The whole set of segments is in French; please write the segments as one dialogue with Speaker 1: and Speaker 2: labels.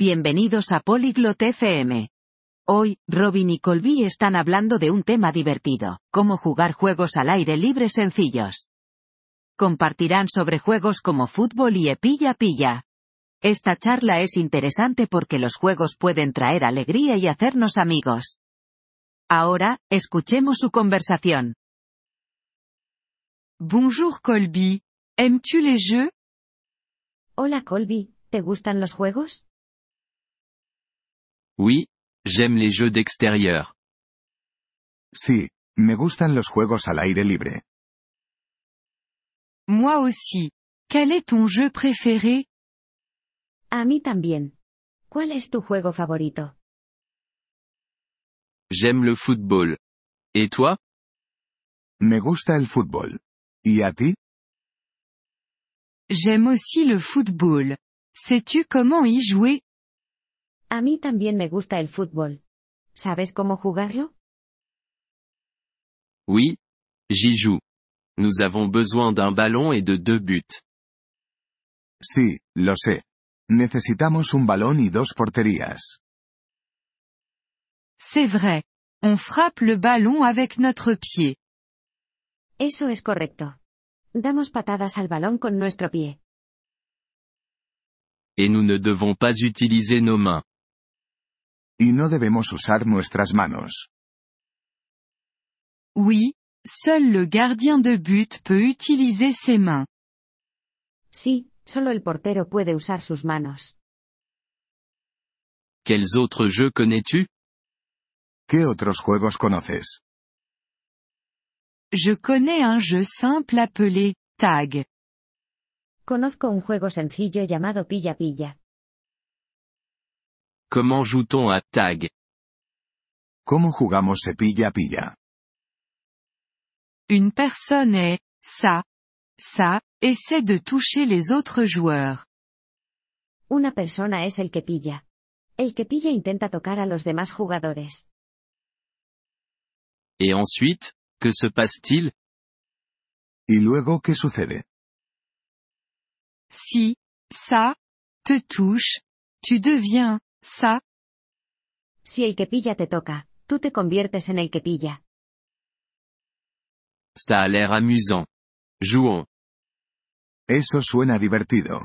Speaker 1: Bienvenidos a Polyglot FM. Hoy, Robin y Colby están hablando de un tema divertido, cómo jugar juegos al aire libre sencillos. Compartirán sobre juegos como fútbol y epilla pilla. Esta charla es interesante porque los juegos pueden traer alegría y hacernos amigos. Ahora, escuchemos su conversación.
Speaker 2: Bonjour Colby. Aimes-tu les jeux?
Speaker 3: Hola Colby, ¿te gustan los juegos?
Speaker 4: Oui, j'aime les jeux d'extérieur.
Speaker 5: Sí, me gustan los juegos al aire libre.
Speaker 2: Moi aussi. Quel est ton jeu préféré?
Speaker 3: A mí también. ¿Cuál es tu juego favorito?
Speaker 4: J'aime le football. Et toi?
Speaker 5: Me gusta el fútbol. ¿Y a ti?
Speaker 2: J'aime aussi le football. Sais-tu comment y jouer?
Speaker 3: A mí también me gusta el fútbol. ¿Sabes cómo jugarlo?
Speaker 4: Oui, j'y joue. Nous avons besoin d'un ballon et de deux buts.
Speaker 5: Sí, lo sé. Necesitamos un balón y dos porterías.
Speaker 2: C'est vrai. On frappe le ballon avec notre pied.
Speaker 3: Eso es correcto. Damos patadas al balón con nuestro pie.
Speaker 4: Et nous ne devons pas utiliser nos mains.
Speaker 5: Y no debemos usar nuestras manos.
Speaker 2: Oui, seul le gardien de but peut utiliser ses mains.
Speaker 3: Sí, solo el portero puede usar sus manos.
Speaker 4: Quels autres jeux connais-tu?
Speaker 5: ¿Qué otros juegos conoces?
Speaker 2: Je connais un jeu simple appelé Tag.
Speaker 3: Conozco un juego sencillo llamado Pilla Pilla.
Speaker 4: Comment joue-t-on à tag?
Speaker 5: ¿Cómo jugamos cepilla pilla?
Speaker 2: Une personne est ça. Ça essaie de toucher les autres joueurs.
Speaker 3: Una persona es el que pilla. El que pilla intenta tocar a los demás jugadores.
Speaker 4: Et ensuite, que se passe-t-il?
Speaker 5: ¿Y luego qué sucede?
Speaker 2: Si ça te touche, tu deviens ça.
Speaker 3: Si el que pilla te toca, tú te conviertes en el que pilla.
Speaker 4: Ça a l'air amusant. Jouons.
Speaker 5: Eso suena divertido.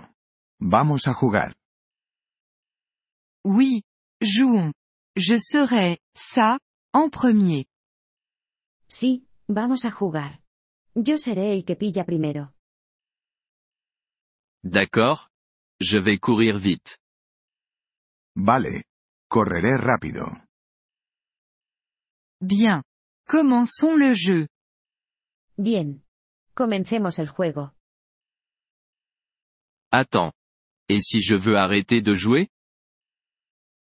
Speaker 5: Vamos a jugar.
Speaker 2: Oui, jouons. Je serai ça en premier.
Speaker 3: Sí, vamos a jugar. Yo seré el que pilla primero.
Speaker 4: D'accord? Je vais courir vite.
Speaker 5: Vale. Correré rápido.
Speaker 2: Bien. Commençons le jeu.
Speaker 3: Bien. Comencemos el juego.
Speaker 4: Attends. Et si je veux arrêter de jouer?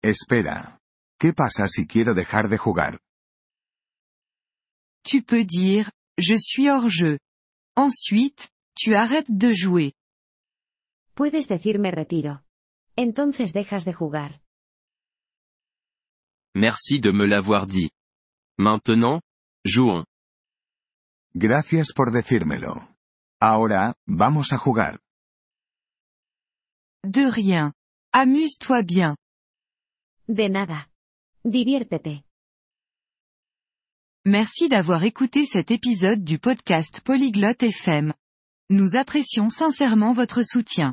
Speaker 5: Espera. ¿Qué pasa si quiero dejar de jugar?
Speaker 2: Tu peux dire je suis hors jeu. Ensuite, tu arrêtes de jouer.
Speaker 3: Puedes decirme retiro. Entonces dejas de jugar.
Speaker 4: Merci de me l'avoir dit. Maintenant, jouons.
Speaker 5: Gracias por decírmelo. Ahora, vamos a jugar.
Speaker 2: De rien. Amuse-toi bien.
Speaker 3: De nada. Diviértete.
Speaker 2: Merci d'avoir écouté cet épisode du podcast Polyglotte FM. Nous apprécions sincèrement votre soutien.